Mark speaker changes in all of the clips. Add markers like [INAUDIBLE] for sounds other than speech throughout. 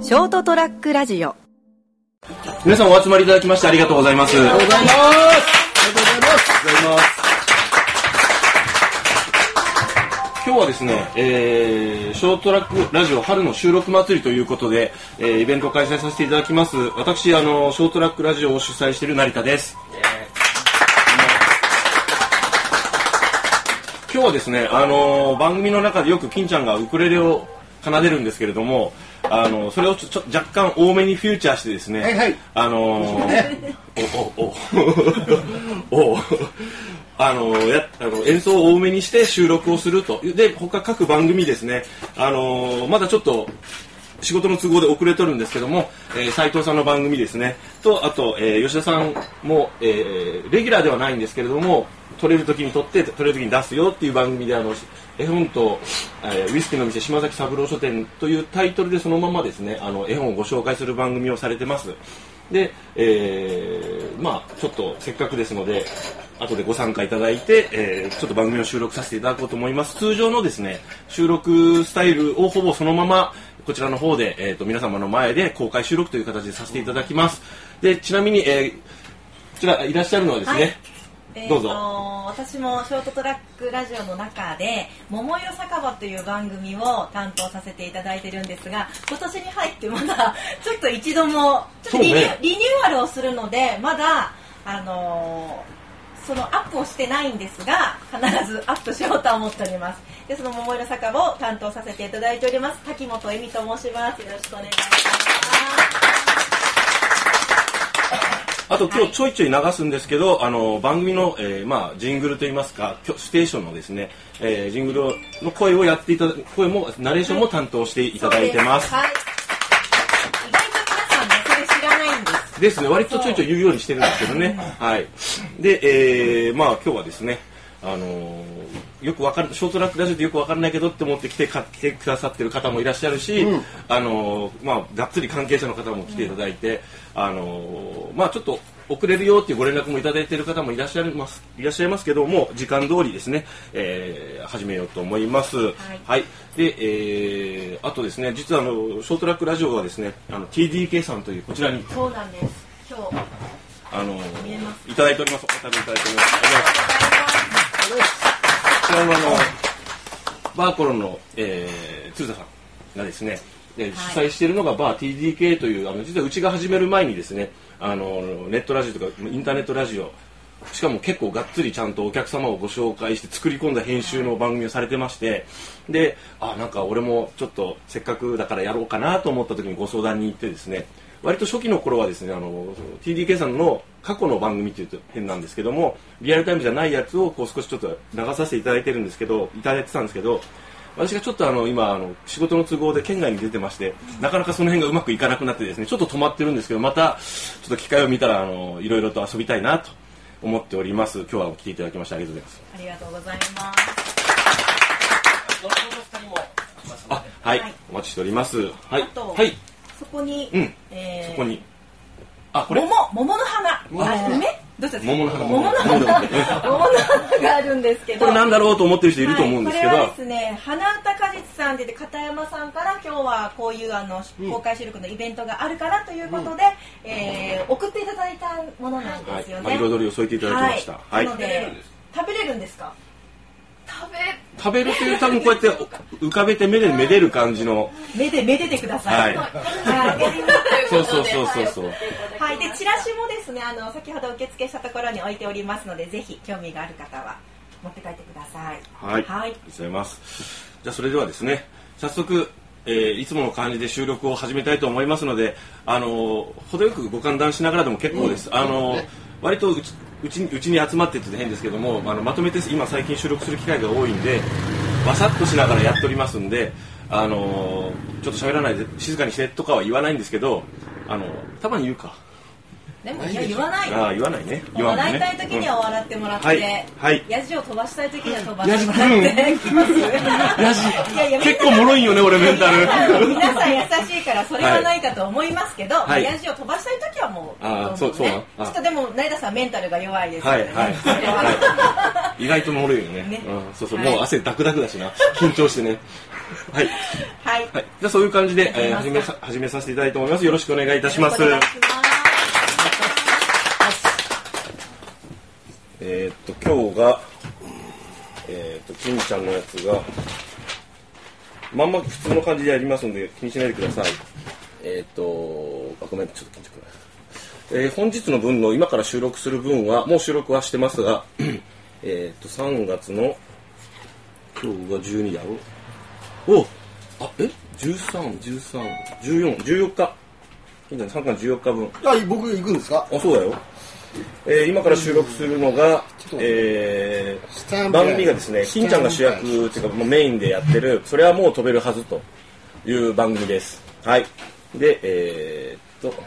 Speaker 1: ショートトラックラジオ
Speaker 2: 皆さんお集まりいただきましてありがとうございます。ありがとうございます。ありがとうございます。今日はですね、えー、ショートトラックラジオ春の収録祭りということで、えー、イベントを開催させていただきます。私、あの、ショートトラックラジオを主催している成田です。今日はですね、あのー番組の中でよく金ちゃんがウクレレを奏でるんですけれども、あのそれをちょちょ若干多めにフューチャーしてですね、
Speaker 3: はいはい
Speaker 2: あのーおおおおあのーやあの演奏を多めにして収録をするとで他各番組ですね、あのーまだちょっと仕事の都合で遅れとるんですけども、えー、斉藤さんの番組ですねとあと、えー吉田さんも、えーレギュラーではないんですけれども取れる時に取って取れる時に出すよっていう番組であの絵本と、えーウイスキーの店島崎三郎書店」というタイトルでそのままですねあの絵本をご紹介する番組をされてますで、えーまあちょっとせっかくですので後でご参加いただいて、えーちょっと番組を収録させていただこうと思います通常のですね収録スタイルをほぼそのままこちらの方で、えー、と皆様の前で公開収録という形でさせていただきますでちなみに、えーこちらいらっしゃるのはですね、
Speaker 4: はいえーと
Speaker 2: どうぞ
Speaker 4: 私もショートトラックラジオの中で「桃色酒場」という番組を担当させていただいてるんですが今年に入ってまだちょっと一度もちょっとリニュー
Speaker 2: そうね
Speaker 4: リニューアルをするのでまだあのーそのアップをしてないんですが必ずアップしようとは思っておりますでその桃色酒場を担当させていただいております滝本恵美と申しますよろしくお願いします
Speaker 2: あと今日ちょいちょい流すんですけど、あの番組の、えーまあジングルといいますか、きょステーションのですね、えージングルの声をやっていただ声もナレーションも担当していただいてます。
Speaker 4: はい、意外と皆さんねそれ知らないんです
Speaker 2: ですね、割とちょいちょい言うようにしてるんですけどね。はい。で、えーまあ今日はですね、あのーよくわかるショートラックラジオでよくわかんないけどって思って来て買ってくださってる方もいらっしゃるし、あのーまあがっつり関係者の方も来ていただいて、あのーまあちょっと遅れるよっていうご連絡もいただいている方もいらっしゃいますいらっしゃいますけども時間通りですね、えー始めようと思います。は
Speaker 4: い、
Speaker 2: いで、えーあとですね実はあのショートラックラジオはですねあの TDK さんというこちらに
Speaker 4: そうなんです。今日。
Speaker 2: あの
Speaker 4: 見えます
Speaker 2: いただいております。お食べいただいております。ありがとうございますこちらのあのバーコロンの、えー、鶴田さんがですね、えー主
Speaker 4: は
Speaker 2: 催しているのがバー TDK というあの実はうちが始める前にですねあのネットラジオとかインターネットラジオしかも結構がっつりちゃんとお客様をご紹介して作り込んだ編集の番組をされてましてであなんか俺もちょっとせっかくだからやろうかなと思った時にご相談に行ってですね割と初期の頃はですねあの TDK さんの過去の番組っていうと変なんですけどもリアルタイムじゃないやつをこう少しちょっと流させていただいてるんですけどいただいてたんですけど私がちょっとあの今あの仕事の都合で県外に出てましてなかなかその辺がうまくいかなくなってですねちょっと止まってるんですけどまたちょっと機会を見たらあのいろいろと遊びたいなと思っております今日は来ていただきましてありがとうございます
Speaker 4: ありがとうございます。
Speaker 2: あはい、
Speaker 4: はい
Speaker 2: お待ちしておりますはい
Speaker 4: あと
Speaker 2: はい
Speaker 4: そこに、
Speaker 2: うん
Speaker 4: えー
Speaker 2: ここにあこれ
Speaker 4: 桃桃の花、あ梅？どうした
Speaker 2: 桃の花
Speaker 4: 桃の花、
Speaker 2: 桃
Speaker 4: 桃
Speaker 2: の
Speaker 4: の
Speaker 2: 花
Speaker 4: 花があるんですけど。
Speaker 2: これなんだろうと思ってる人いると思うんですけど、
Speaker 4: はい、これはですね花歌果実さんで片山さんから今日はこういうあの公開収録のイベントがあるからということで、えー送っていただいたものなんですよね、
Speaker 2: はいまあ彩りを添えていただきました
Speaker 4: はい、
Speaker 2: はい
Speaker 4: なので食べれるんですか食べ
Speaker 2: 食べるという多分こうやって浮かべて目でめでる感じの
Speaker 4: 目でめでてください、
Speaker 2: はい
Speaker 4: はい
Speaker 2: そうそうそうそうそう
Speaker 4: はい、でチラシもですねあの先ほど受付したところに置いておりますのでぜひ興味がある方は持って帰ってください
Speaker 2: はい、ありがとうございます。じゃあそれではですね、早速、えーいつもの感じで収録を始めたいと思いますので、あのー程よくご歓談しながらでも結構です。あのー割とうちうちにうちに集まってって言って変ですけども、あのまとめて今最近収録する機会が多いんで、バサッとしながらやっておりますんで、あのーちょっと喋らないで静かにしてとかは言わないんですけど、あのーたまに言うか。
Speaker 4: でもいや言わない
Speaker 2: ああ言わないね言わな
Speaker 4: 笑
Speaker 2: いね
Speaker 4: いたい時には笑ってもらって、
Speaker 2: はいはい
Speaker 4: ヤジを飛ばしたい時には飛ばしてもらって、来ます
Speaker 2: ヤジ
Speaker 4: いやいや
Speaker 2: 結構もろいよね俺メンタル
Speaker 4: 皆さん優しいからそれはないかと思いますけど、
Speaker 2: はい
Speaker 4: ヤジを飛ばしたい時はもう
Speaker 2: あ
Speaker 4: どんどんね
Speaker 2: ーそうそうなの
Speaker 4: ち
Speaker 2: あ
Speaker 4: ょっとでも成田さんメンタルが弱いですよ
Speaker 2: はい
Speaker 4: ね、
Speaker 2: はい、
Speaker 4: それは
Speaker 2: はい、意外ともろいよね
Speaker 4: ね
Speaker 2: うん、そうそう、
Speaker 4: はい
Speaker 2: もう汗ダクダクだしな緊張してねはい、
Speaker 4: はい、
Speaker 2: はい、じゃあそういう感じで、えー、
Speaker 4: やり
Speaker 2: 始め
Speaker 4: ま
Speaker 2: さ
Speaker 4: す
Speaker 2: 始めさせていただいて思いますよろしくお願いいたします
Speaker 4: お願いし
Speaker 2: えー、っと今日がえー、っと金ちゃんのやつがまんま普通の感じでやりますんで気にしないでくださいえー、っとあごめんちょっと緊張くないえー本日の分の今から収録する分はもう収録はしてますが [CLEARS THROAT] えーっと3月の今日が12だろおあえ13131414日金ちゃん3月14日分
Speaker 1: あ、僕行くんですか
Speaker 2: あそうだよ、えー今から収録するのが
Speaker 1: ちょっと待っ、て
Speaker 2: えー
Speaker 1: スタンプ
Speaker 2: 番組がですね
Speaker 1: スタ
Speaker 2: 金
Speaker 1: ンプ
Speaker 2: ちゃんが主役っていうかもうメインでやってるそれはもう飛べるはずという番組ですはいでえーっと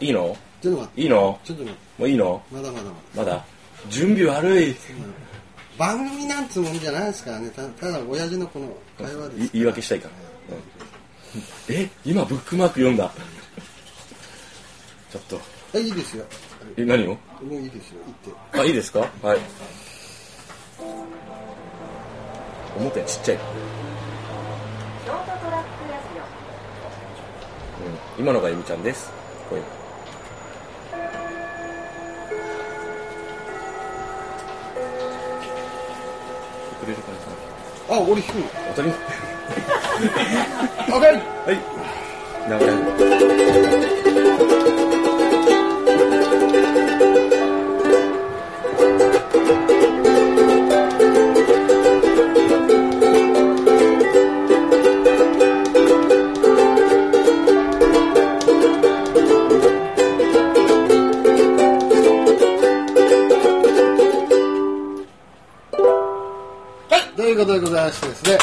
Speaker 2: いいの
Speaker 1: ちょっと待って。
Speaker 2: いいの
Speaker 1: ちょっと待って。
Speaker 2: もういいの
Speaker 1: まだまだまだ。
Speaker 2: まだ準備悪いい
Speaker 1: 番組なんつうもんじゃないですからね。たただ、親父のこの会話です。
Speaker 2: 言い訳したいから、うんえ今ブックマーク読んだちょっと
Speaker 1: え、いいですよ。
Speaker 2: え何を
Speaker 1: もういいですよ。行って。
Speaker 2: あ、いいですかはい。思ったよりちっちゃいな。うん、今のがゆみちゃんです。これくれるかな
Speaker 1: あ、俺弾くの。
Speaker 2: 当たり前
Speaker 1: わかる
Speaker 2: はい。流れ。
Speaker 1: はい、ということでございましてですね。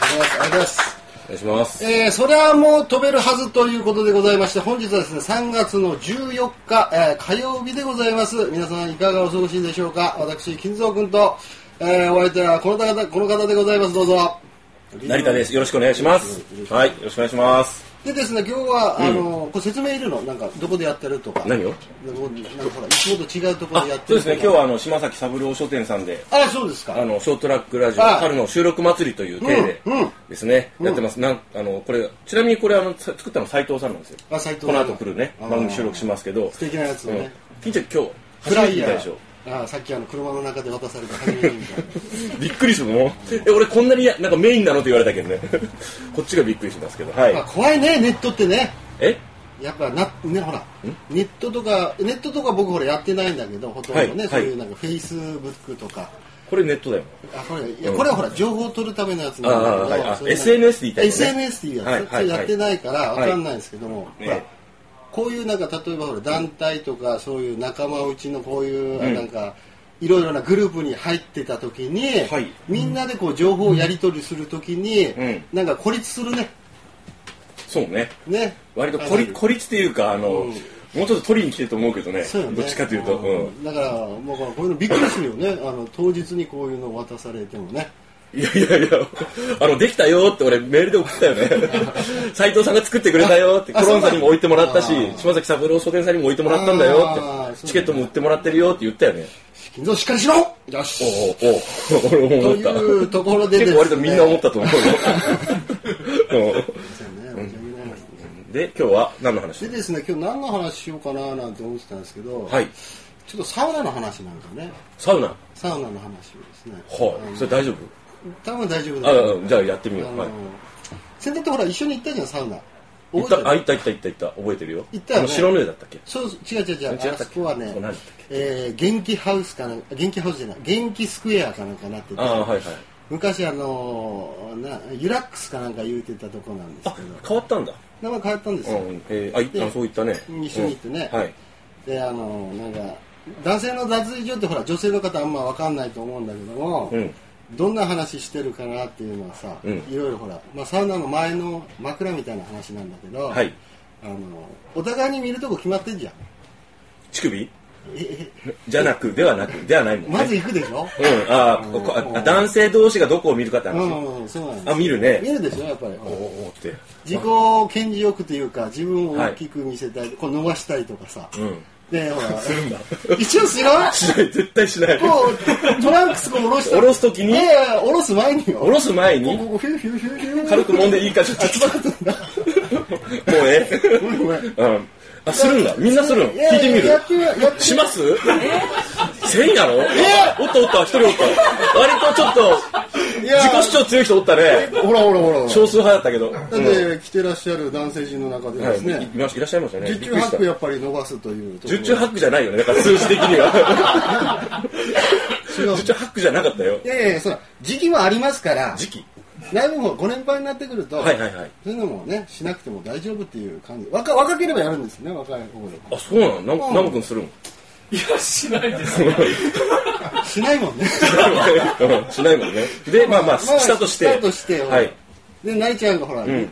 Speaker 1: ありがとうございます。
Speaker 2: お願いします。
Speaker 1: えー、それはもう飛べるはずということでございまして、本日はですね、3月の14日、えー火曜日でございます。皆さんいかがお過ごしでしょうか私、金蔵君と、えーお相手はこの方、この方でございます。どうぞ。
Speaker 2: 成田です。よろしくお願いします。はい。よろしくお願いします。
Speaker 1: でですね、今日は、あの、これ説明いるのなんか、どこでやってるとか。
Speaker 2: 何を
Speaker 1: なんかほら、いつもと違うところ
Speaker 2: あ
Speaker 1: でやっ、て
Speaker 2: そう
Speaker 1: る
Speaker 2: で
Speaker 1: と
Speaker 2: す
Speaker 1: か
Speaker 2: ね。今日はあの、島崎三郎書店さんで、
Speaker 1: あ、そうです
Speaker 2: あ
Speaker 1: か。
Speaker 2: のショートラックラジオ
Speaker 1: はい
Speaker 2: 春の収録祭りという体で
Speaker 1: うんうん
Speaker 2: ですね、やってます。なんあのこれちなみにこれあのさ作ったの斉藤さんなんですよ。
Speaker 1: あ斉藤さ
Speaker 2: こ
Speaker 1: ん
Speaker 2: の後来るね
Speaker 1: あー
Speaker 2: 番組収録しますけど、
Speaker 1: 素敵なやつを
Speaker 2: う
Speaker 1: ね。
Speaker 2: ん金ちゃん今日
Speaker 1: フ
Speaker 2: 初
Speaker 1: ラ
Speaker 2: めて
Speaker 1: イ
Speaker 2: 見
Speaker 1: ヤ
Speaker 2: たでしょ
Speaker 1: ー。。あさっきあの車の中で渡された初めてみたいな。
Speaker 2: びっくりするの。え俺こんなにやなんかメインなのって言われたけどね。 [LAUGHS] こっちがびっくりしますけど。 [LAUGHS] は
Speaker 1: まあ、
Speaker 2: い。
Speaker 1: 怖いねネットってね
Speaker 2: え
Speaker 1: やっぱなねほらネットとかネットとか僕ほらやってないんだけどほとんどね、
Speaker 2: はい
Speaker 1: そうい
Speaker 2: はいう
Speaker 1: なんかフェイスブックとか
Speaker 2: これネットだよ。
Speaker 1: あこれいやこれはほら情報を取るためのやつなんだ
Speaker 2: ああ
Speaker 1: けど、
Speaker 2: はいあ
Speaker 1: そういう
Speaker 2: SNS で言いたいのね
Speaker 1: SNS で言いた
Speaker 2: はい
Speaker 1: いの
Speaker 2: はい
Speaker 1: それやってないからわかんないんですけども、ほら
Speaker 2: え
Speaker 1: こういうなんか例えばほら団体とかそういう仲間内のこういう、あなんかいろいろなグループに入ってた時に、
Speaker 2: はい
Speaker 1: みんなでこう情報をやり取りする時に、
Speaker 2: うん
Speaker 1: なんか孤立するね
Speaker 2: そうね。
Speaker 1: ね
Speaker 2: 割と孤
Speaker 1: あ
Speaker 2: 立
Speaker 1: の
Speaker 2: 孤立っていうかあの、
Speaker 1: うん
Speaker 2: もうちょっと取りに来てると思うけどね。
Speaker 1: そうよね
Speaker 2: どっちかというと。うん
Speaker 1: だからもうこういうのびっくりするよねあの当日にこういうのを渡されてもね
Speaker 2: いやいやいや、あの、できたよって俺メールで送ったよね。
Speaker 1: [LAUGHS]
Speaker 2: 斉藤さんが作ってくれたよって、コ
Speaker 1: あ
Speaker 2: ロンさんにも置いてもらったし
Speaker 1: そうなん、だ
Speaker 2: 島崎三郎書店さんにも置いてもらったんだよ
Speaker 1: あーそうなん
Speaker 2: っ
Speaker 1: だ
Speaker 2: て、チケットも売ってもらってるよって言ったよね。
Speaker 1: 金蔵しっかりしろよし
Speaker 2: おうおうおう俺も
Speaker 1: と
Speaker 2: 思った。
Speaker 1: いうところでで
Speaker 2: 結構割
Speaker 1: すね
Speaker 2: とみんな思ったと思うよ。
Speaker 1: ねお茶入れましたね
Speaker 2: うんで、今日は何の話
Speaker 1: でですね今日何の話しようかななんて思ってたんですけど、
Speaker 2: はい。
Speaker 1: ちょっとサウナの話なんかね
Speaker 2: サウナ。は
Speaker 1: サウナの話をですね
Speaker 2: い。それ大丈
Speaker 1: 多分大丈夫だと思う
Speaker 2: 夫あ、じゃあやってみ
Speaker 1: あ
Speaker 2: よう。はい。
Speaker 1: の先だってほら一緒に行ったじゃんサウナ
Speaker 2: 行っ
Speaker 1: 覚えてる
Speaker 2: た、あ、行った行った行った行った。覚えてるよ。
Speaker 1: 行ったよね
Speaker 2: あの白の湯だったっけ
Speaker 1: そうそう違う違う違
Speaker 2: 違っ
Speaker 1: う
Speaker 2: たっ
Speaker 1: あ
Speaker 2: け
Speaker 1: そこはね
Speaker 2: そう何だったっけ
Speaker 1: えー元気ハウスかな元気ハウスじゃない元気スクエアかなんかなってて
Speaker 2: ああ、はいはい。
Speaker 1: 昔あのーなユラックスかなんか言うてたとこなんです
Speaker 2: あ
Speaker 1: けど、
Speaker 2: 変わったんだ。
Speaker 1: 名前変わったんですよ、
Speaker 2: うん、えー、あ、行った、
Speaker 1: で
Speaker 2: そう行ったね。
Speaker 1: 一緒に行ってね
Speaker 2: うんはい。
Speaker 1: であのーなんか男性の脱衣所ってほら女性の方あんま分かんないと思うんだけども、
Speaker 2: うん
Speaker 1: どんな話してるかなっていうのはさ、
Speaker 2: うん
Speaker 1: いろいろほら、まあ、サウナの前の枕みたいな話なんだけど、
Speaker 2: はい。
Speaker 1: ああのお互いに見るとこ決まってんじゃん
Speaker 2: 乳首じゃなく、ではなく、ではないもんね。
Speaker 1: まず行くでしょ
Speaker 2: うん、あーここあ、男性同士がどこを見るかって
Speaker 1: う
Speaker 2: 話。
Speaker 1: ん、うん、そうなんです
Speaker 2: あ見るね
Speaker 1: 見るでしょやっぱり
Speaker 2: おーおーって。 [LAUGHS]
Speaker 1: 自己顕示欲というか自分を大きく見せたい、こう伸ばしたいとかさ、
Speaker 2: うん。
Speaker 1: でほら一応しない
Speaker 2: しない、絶対しない。
Speaker 1: こうトランクスこう下ろした
Speaker 2: 下ろすとき
Speaker 1: い
Speaker 2: に
Speaker 1: や、いや下ろす前によ
Speaker 2: 下ろす前に
Speaker 1: こ、こフィューフィューフィューフィュー
Speaker 2: 軽く揉んでいいかちょっと。
Speaker 1: 集まったんだ
Speaker 2: もうええ。
Speaker 1: ごめんごめん
Speaker 2: うん。あ、するんだ。みんなするの。
Speaker 1: いや
Speaker 2: 聞いてみる
Speaker 1: や。ってみようやって
Speaker 2: します全員やろおったおった、一人おった。割とちょっと、
Speaker 1: みよう
Speaker 2: 自己主張強い人おったね。
Speaker 1: ほらほらほら
Speaker 2: 少数派だったけど。
Speaker 1: だって来てらっしゃる男性陣の中で
Speaker 2: は
Speaker 1: で
Speaker 2: い
Speaker 1: す
Speaker 2: い
Speaker 1: ね、
Speaker 2: いらっしいらっしゃいましたね。
Speaker 1: 十
Speaker 2: びっ
Speaker 1: 中
Speaker 2: くり
Speaker 1: 八
Speaker 2: した
Speaker 1: 九やっぱり伸ばすというところ
Speaker 2: 十中八九じゃないよね。だから数字的には。
Speaker 1: 違う
Speaker 2: 十中八九じゃなかったよ
Speaker 1: い。やいやいやそら時期もありますから
Speaker 2: 時期。
Speaker 1: だいぶもうご年配になってくると、
Speaker 2: はいはいはい。
Speaker 1: そういうのもねしなくても大丈夫っていう感じ若若ければやるんですね若い方で
Speaker 2: あ、そうなのな
Speaker 1: うん
Speaker 2: ナム君するん
Speaker 3: いや、しない
Speaker 2: [LAUGHS]
Speaker 3: ですよ。
Speaker 1: しないもんね
Speaker 2: うんしないもんね。で、 [LAUGHS] まあまあ、したとして。
Speaker 1: したとしてほら
Speaker 2: はい。
Speaker 1: でなりちゃんがほら、
Speaker 2: ん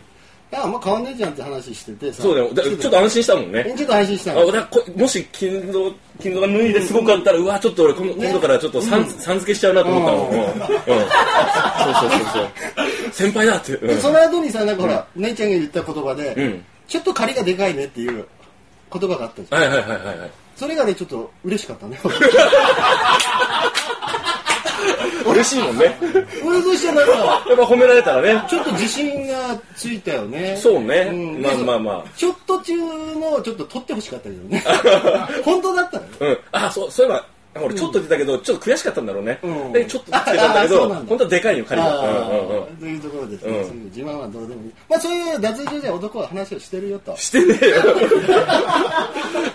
Speaker 1: ああんま変わんねえじゃんって話しててさ
Speaker 2: そうだよ。だちょっと安心したもんね。
Speaker 1: ちょっと安心した
Speaker 2: あ
Speaker 1: の
Speaker 2: だからこもし金蔵金蔵が脱いですごかったら、うわちょっと俺今度今度からちょっとさん、さん付けしちゃうなと思ったもん、
Speaker 1: うん
Speaker 2: うんうん、そうそう
Speaker 1: [LAUGHS]
Speaker 2: そうそう先輩だって、う
Speaker 1: で
Speaker 2: ん
Speaker 1: その後にさなんかほら、なりちゃんが言った言葉で、
Speaker 2: うん
Speaker 1: ちょっと借りがでかいねっていう言葉があったじゃん
Speaker 2: はいはいはいはいはい
Speaker 1: それがねちょっと嬉し
Speaker 2: [LAUGHS]
Speaker 1: かったね
Speaker 2: 嬉しいもんねやっ
Speaker 1: 俺としてはなんか
Speaker 2: ぱ褒められたらね
Speaker 1: ちょっと自信がついたよね
Speaker 2: そうね、
Speaker 1: ん
Speaker 2: まあまあま
Speaker 1: ちょっと中のちょっと取ってほしかったけどね
Speaker 2: [LAUGHS]
Speaker 1: 本当だったのよ
Speaker 2: あうんあそうそういえば俺ちょっと出たけど、ちょっと悔しかったんだろうね、
Speaker 1: うん
Speaker 2: でちょっと出てたんだけ
Speaker 1: ああそう
Speaker 2: ど
Speaker 1: なんだ
Speaker 2: 本当はでかいよ借りが、
Speaker 1: あ
Speaker 2: うんうんう
Speaker 1: あ
Speaker 2: ん、
Speaker 1: というところですね、
Speaker 2: うん
Speaker 1: そういう自慢はどうでもいいまあそういう脱衣所で男は話をしてるよと
Speaker 2: してねえよ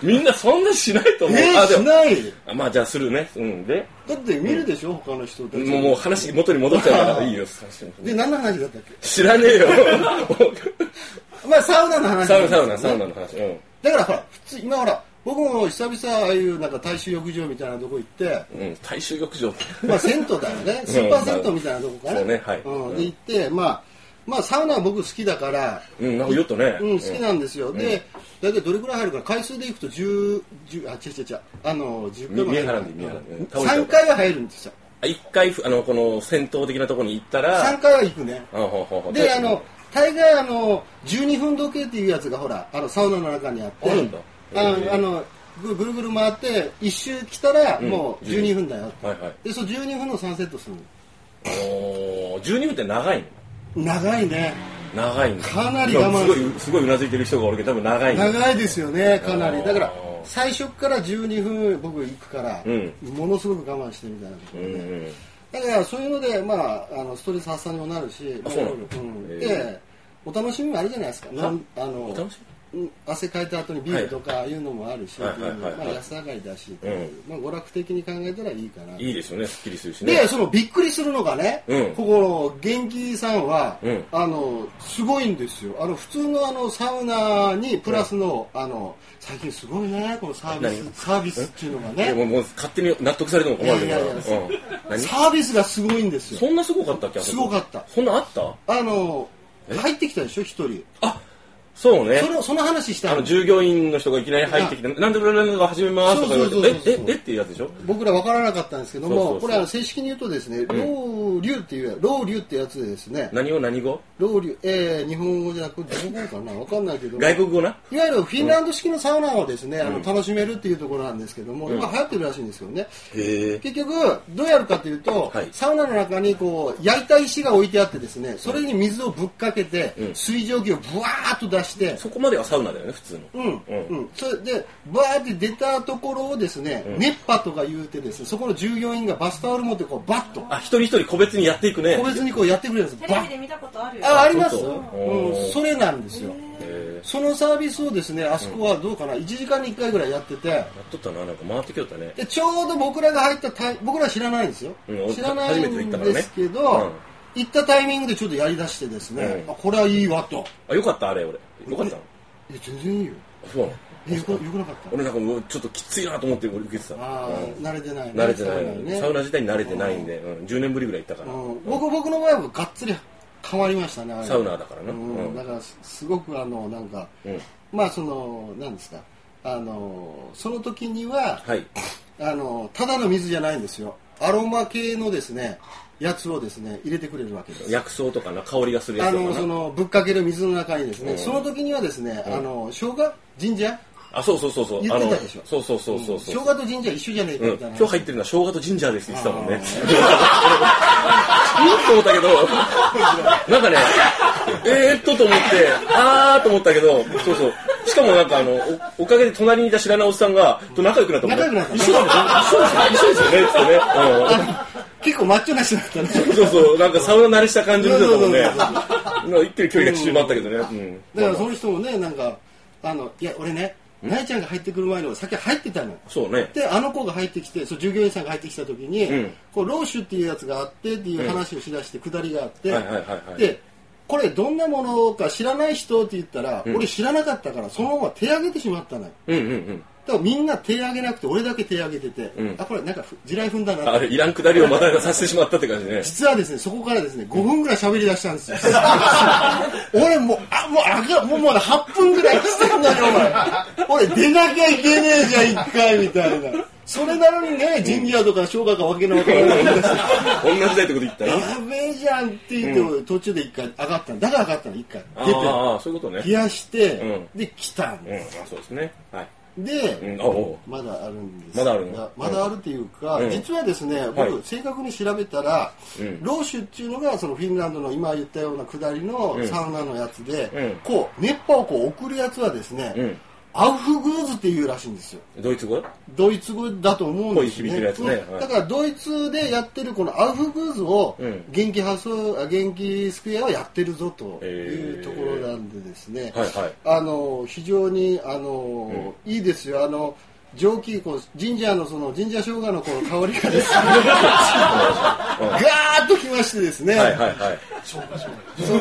Speaker 2: [LAUGHS] みんなそんなしないと
Speaker 1: え
Speaker 2: 思う、
Speaker 1: ー、
Speaker 2: あで
Speaker 1: し
Speaker 2: も
Speaker 1: ない
Speaker 2: あまあじゃあするねうんで
Speaker 1: だって見るでしょ、他の人たち
Speaker 2: もうもう話元に戻っちゃう
Speaker 1: [LAUGHS]
Speaker 2: からいいよ
Speaker 1: で何の話だったっけ
Speaker 2: 知らねえよ [LAUGHS]
Speaker 1: まあサウナの話
Speaker 2: サウナサウナサウナの話うん
Speaker 1: だからほら普通今ほら僕も久々ああいうなんか大衆浴場みたいなとこ行って
Speaker 2: うん、大衆浴場
Speaker 1: まあ銭湯だよね、スーパー銭湯みたいなとこかな、
Speaker 2: そうねはい
Speaker 1: うんで行って、まあ、まあサウナは僕好きだから、
Speaker 2: うんなんか言うとね
Speaker 1: うん、好きなんですよ、で大体どれくらい入るか回数でいくと10 10あ違う違う違うあの10回も
Speaker 2: 見え
Speaker 1: 入
Speaker 2: はら
Speaker 1: る
Speaker 2: んで見えはらんでうん倒れちゃう
Speaker 1: 3回は入るんですよ
Speaker 2: あ一回ふあのこの戦闘的なところに行ったら
Speaker 1: 3回は行くね
Speaker 2: あほうほうほう
Speaker 1: であの大概あの12分時計っていうやつがほらあのサウナの中にあって
Speaker 2: あるんだ
Speaker 1: あ
Speaker 2: へえ
Speaker 1: のあのぐぐるぐる回って一周来たら
Speaker 2: ん
Speaker 1: もう12分だよって、
Speaker 2: はいはい
Speaker 1: でそう12分の3セットする
Speaker 2: おー12分って長いの
Speaker 1: の長いね
Speaker 2: 長いんだ
Speaker 1: かなり我慢
Speaker 2: 今すごいすごいうなずいてる人がおるけど多分長いんだ
Speaker 1: 長いですよねかな
Speaker 2: あ
Speaker 1: り
Speaker 2: ー
Speaker 1: だから最初から12分僕行くから、
Speaker 2: うん
Speaker 1: ものすごく我慢してみたいなとこ
Speaker 2: う
Speaker 1: ろ
Speaker 2: んう
Speaker 1: で、
Speaker 2: ん
Speaker 1: だからそういうので、まあ、あのストレス発散にもなるし
Speaker 2: あそうなの
Speaker 1: ん
Speaker 2: へー
Speaker 1: でお楽しみもあるじゃないですかなんあ
Speaker 2: お
Speaker 1: の
Speaker 2: 楽し
Speaker 1: うん汗かいた後にビールとかいうのもあるし、
Speaker 2: はい
Speaker 1: っていうの
Speaker 2: はいはい
Speaker 1: ま
Speaker 2: は
Speaker 1: あ、
Speaker 2: いはい
Speaker 1: 安上がりだしっていう、まあ、娯楽的に考えたらいいかな。
Speaker 2: みいいですよねすっきりするしね
Speaker 1: で、そのびっくりするのがね、
Speaker 2: うん
Speaker 1: ここの元気さんは、
Speaker 2: うん
Speaker 1: あの、すごいんですよ。あの、普通のあの、サウナにプラスの、あの、最近すごいね、このサービ
Speaker 2: 何
Speaker 1: ス、サービスっていうのが
Speaker 2: でも
Speaker 1: ね、
Speaker 2: うもう勝手に納得されても困るけど
Speaker 1: いやいやいや
Speaker 2: うん何
Speaker 1: サービスがすごいんですよ。
Speaker 2: そんなすごかったっけあそこ
Speaker 1: すごかった
Speaker 2: そんなあった
Speaker 1: あの、入ってきたでしょ、一人。
Speaker 2: そうね
Speaker 1: その、その話した
Speaker 2: あの
Speaker 1: の。
Speaker 2: 従業員の人がいきなり入ってきて、なんでブラブラが始めますとか言わ
Speaker 1: そうそう
Speaker 2: れ
Speaker 1: そう
Speaker 2: て、
Speaker 1: そう
Speaker 2: え、え、えっていうやつでしょ
Speaker 1: 僕ら分からなかったんですけども、
Speaker 2: そうそうそう
Speaker 1: これあの正式に言うとですね、老流っていうや、老流ってやつでですね、
Speaker 2: 何を何語
Speaker 1: ロウリュ、えー、日本語じゃなくて、どこかなわかんないけど、
Speaker 2: 外国語な。
Speaker 1: いわゆるフィンランド式のサウナをですね、あの楽しめるっていうところなんですけども、今流行ってるらしいんですけどね。
Speaker 2: へえ。
Speaker 1: 結局、どうやるかというと、
Speaker 2: はい
Speaker 1: サウナの中にこう焼いた石が置いてあってですね、それに水をぶっかけて、
Speaker 2: うん
Speaker 1: 水蒸気をブワーッと出して、
Speaker 2: そこまではサウナだよね、普通の。
Speaker 1: うん、
Speaker 2: うん
Speaker 1: うん、それで、バーって出たところをですね、熱波とか言うてですね、そこの従業員がバスタオル持ってこう、バッと、
Speaker 2: あ、一人一人個別にやっていくね。
Speaker 1: 個別にこうやってくれるんです
Speaker 4: テレ
Speaker 1: バ
Speaker 4: ビ
Speaker 1: ッ
Speaker 4: で見たことあるよ
Speaker 1: あ、あります
Speaker 2: そう
Speaker 1: うん、それなんですよ。
Speaker 2: へえ
Speaker 1: そのサービスをですね、あそこはどうかな、1時間に1回ぐらいやってて、
Speaker 2: やっとったな、なんか回ってきよったね。
Speaker 1: でちょうど僕らが入ったタイ、僕ら知らないんですよ。
Speaker 2: うん俺
Speaker 1: 知らない
Speaker 2: 初めて行った
Speaker 1: ん
Speaker 2: からね
Speaker 1: ですけど、
Speaker 2: うん
Speaker 1: 行ったタイミングでちょっとやりだしてですね、
Speaker 2: うん
Speaker 1: あこれはいいわと。
Speaker 2: あ、よかった、あれ、俺。よかったの
Speaker 1: いや、全然いいよ。
Speaker 2: あそうなの
Speaker 1: えよくよくなかった。
Speaker 2: 俺なんかもうちょっときついなと思って俺受けてたの。
Speaker 1: ああ、
Speaker 2: うん
Speaker 1: 慣れてない、ね。
Speaker 2: 慣れて
Speaker 1: サウナに
Speaker 2: ない。
Speaker 1: ね
Speaker 2: サウナ自体に慣れてないんで、うん10年ぶりぐらい行ったから。
Speaker 1: うん、僕僕の場合はがっつり変わりましたね、あれ
Speaker 2: サウナーだからな
Speaker 1: う
Speaker 2: うん
Speaker 1: ん、だからすすごくあの、なんか、
Speaker 2: うん
Speaker 1: まあそのなんですかあのその時には
Speaker 2: はい。
Speaker 1: あのただの水じゃないんですよアロマ系のですねやつをですね入れてくれるわけです
Speaker 2: 薬草とかな、香りがするや
Speaker 1: あ
Speaker 2: つと
Speaker 1: の
Speaker 2: か
Speaker 1: そ
Speaker 2: な。
Speaker 1: のぶっかける水の中にですね、
Speaker 2: うん
Speaker 1: その時にはですね、あの生姜ジンジャー
Speaker 2: あ、そうそうそうそう。
Speaker 1: 言ってたでしょ
Speaker 2: あのそうそうそうそうそ
Speaker 1: 生
Speaker 2: う。
Speaker 1: 姜とジンジャー一緒じゃねえか
Speaker 2: うん、
Speaker 1: みたい
Speaker 2: 今
Speaker 1: な、
Speaker 2: 日入ってるのは生姜とジンジャーですって言ってたもんね。 [LAUGHS] うんと思ったけど、なんかね、えーっとと思って、あーと思ったけど、そうそう。しかもなんかあの、おおかげで隣にいた知らないおっさんが、と仲良くなったもんね。
Speaker 1: 仲良くなった
Speaker 2: 一緒だもんね。一緒ですよね。一緒ですよね。つってね。うん
Speaker 1: 結構マッチョな人だったね
Speaker 2: そうそう、なんかサウナ慣れした感じだったもんね。
Speaker 1: そうそう
Speaker 2: なんか言ってる距離が縮まったけどね。うん。
Speaker 1: だからその人もねなんかあのいや俺ねなえちゃんが入ってくる前の先入ってたのよ
Speaker 2: そうね。
Speaker 1: であの子が入ってきてそう従業員さんが入ってきた時に、
Speaker 2: うん
Speaker 1: こうローシュっていうやつがあってっていう話をしだして下りがあって、
Speaker 2: はいはいはいはい
Speaker 1: でこれどんなものか知らない人って言ったら、
Speaker 2: ん
Speaker 1: 俺知らなかったからそのまま手挙げてしまったのよ
Speaker 2: うんうんうん。
Speaker 1: だからみんな手挙げなくて俺だけ手挙げてて、
Speaker 2: うん
Speaker 1: あこれなんかふ地雷踏んだな
Speaker 2: あれ、いらんくだりをまたさせてしまったって感じね。
Speaker 1: 実はですね、そこからですね、5分ぐらい喋り出したんですよ。 [LAUGHS] 俺もう、あ、もう、あかん、もう、もう8分ぐらい来てんだよ、お前。俺出なきゃいけねえじゃん、一回、みたいな。それなのにね、ジンギアとか生姜かわけのわからないんですよ。
Speaker 2: 同じだよってこと言ったら。
Speaker 1: やべえじゃんって言って、俺途中で一回上がったのだから上がったの、一回。出
Speaker 2: ああ、そういうことね
Speaker 1: て、冷。やして、
Speaker 2: う
Speaker 1: で、来たの
Speaker 2: うん、あそうですね。はい。
Speaker 1: で、
Speaker 2: うん、あおう
Speaker 1: まだあるんです
Speaker 2: まだあるの
Speaker 1: いやまだあるっていうか、
Speaker 2: うん
Speaker 1: 実はですね僕、
Speaker 2: はい
Speaker 1: 正確に調べたら、
Speaker 2: うん
Speaker 1: ローシュっていうのがそのフィンランドの今言ったような下りの
Speaker 2: うん
Speaker 1: サウナのやつで、
Speaker 2: うん
Speaker 1: こう熱波をこう送るやつはですね、
Speaker 2: うん。
Speaker 1: アウフグーズっていうらしいんですよ
Speaker 2: ドイツ語
Speaker 1: ドイツ語だと思うんです
Speaker 2: こういう響きのやつね
Speaker 1: うん
Speaker 2: はい
Speaker 1: だからドイツでやってるこのアウフグーズを
Speaker 2: うん
Speaker 1: 元気発想あ元気スクエアはやってるぞとい
Speaker 2: へ
Speaker 1: う
Speaker 2: ー
Speaker 1: ところなんでですね、
Speaker 2: はいはい。
Speaker 1: あの非常にあの、いいですよあの蒸気こうジンジャーのそのジンジャー生姜のこの
Speaker 2: [LAUGHS]
Speaker 1: 香りがですねガーッときましてですね、
Speaker 2: はいはいは
Speaker 1: そ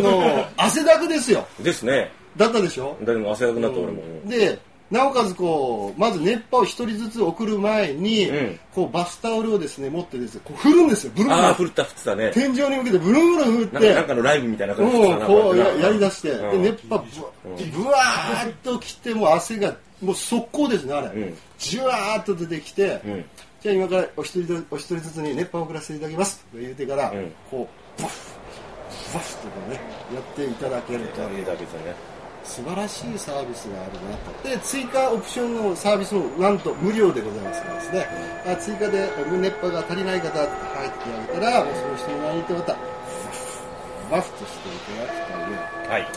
Speaker 1: の汗だくですよ
Speaker 2: い。ですね。
Speaker 1: だったでしょ、
Speaker 2: 誰も汗だくなった俺も。
Speaker 1: でなおかつこうまず熱波を一人ずつ送る前に、
Speaker 2: うん
Speaker 1: こうバスタオルをですね持ってですねこう振るんですよブルンブルン
Speaker 2: ああ、降った降ってたね。
Speaker 1: 天井に向けてブルンブルン振
Speaker 2: な
Speaker 1: っ
Speaker 2: んか
Speaker 1: て
Speaker 2: なんかのライブみたいな感じ
Speaker 1: もうこうややりだ
Speaker 2: し
Speaker 1: して、
Speaker 2: う
Speaker 1: で
Speaker 2: ん
Speaker 1: 熱波ぶわぶわーっときてもう汗がもう速攻ですねあれ、
Speaker 2: うん
Speaker 1: じゅわーっと出てきて、
Speaker 2: うん
Speaker 1: じゃあ今からお一人ずお一人ずつに熱波を送らせていただきますと言うてから、
Speaker 2: うん
Speaker 1: こうブワッブワッとこうねやっていただけると
Speaker 2: た。いいだけですよね。
Speaker 1: 素晴らしいサービスがあるなとで追加オプションのサービスもなんと無料でございますからですね、あ追加で熱波が足りない方入ってあげたらもうその人の前にいてまたバフとしていただきたいよ
Speaker 2: はい。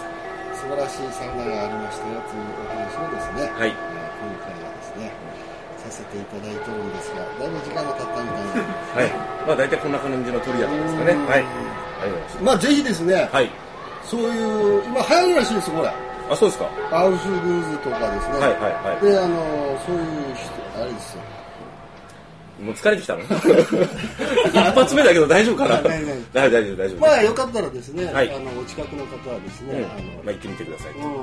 Speaker 1: 素晴らしいサウナがありましたよというお話をですね、
Speaker 2: はい
Speaker 1: えー今回はですねさせていただいておるんですがだいぶ時間が経ったみたいな
Speaker 2: はい。まあ大体こんな感じの取り役ですかね。はい。ありがとうござい [LAUGHS] ます。
Speaker 1: まあぜひですね、
Speaker 2: はい。
Speaker 1: そういう今流行るらしいですこれ
Speaker 2: あ、そうですか。は
Speaker 1: アウフグーズとかですね、
Speaker 2: いはいはい。
Speaker 1: であのそういう人あれですよ
Speaker 2: もう疲れてきたの [LAUGHS] 一発目だけど大丈夫かな
Speaker 1: ないないな
Speaker 2: 大
Speaker 1: い
Speaker 2: 丈夫大丈夫。
Speaker 1: まあよかったらですね、
Speaker 2: はい
Speaker 1: あのお近くの方はです
Speaker 2: うん
Speaker 1: ね、あ
Speaker 2: まあ行ってみてください。
Speaker 1: のうんあ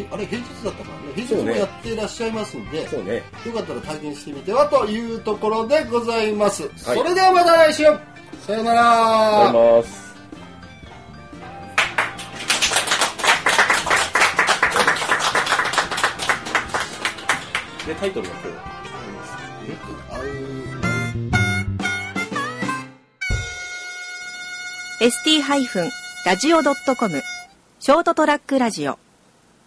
Speaker 1: れあれ平日だったからね平
Speaker 2: そ
Speaker 1: 日
Speaker 2: う
Speaker 1: も
Speaker 2: ね
Speaker 1: やってらっしゃいますんで、
Speaker 2: そうね。
Speaker 1: よかったら体験してみてはというところでございます、それではまた来週さような
Speaker 2: ありが
Speaker 1: ら
Speaker 2: とうございます。で、タイトルの方。
Speaker 5: ST-radio.com ショートトラックラジオ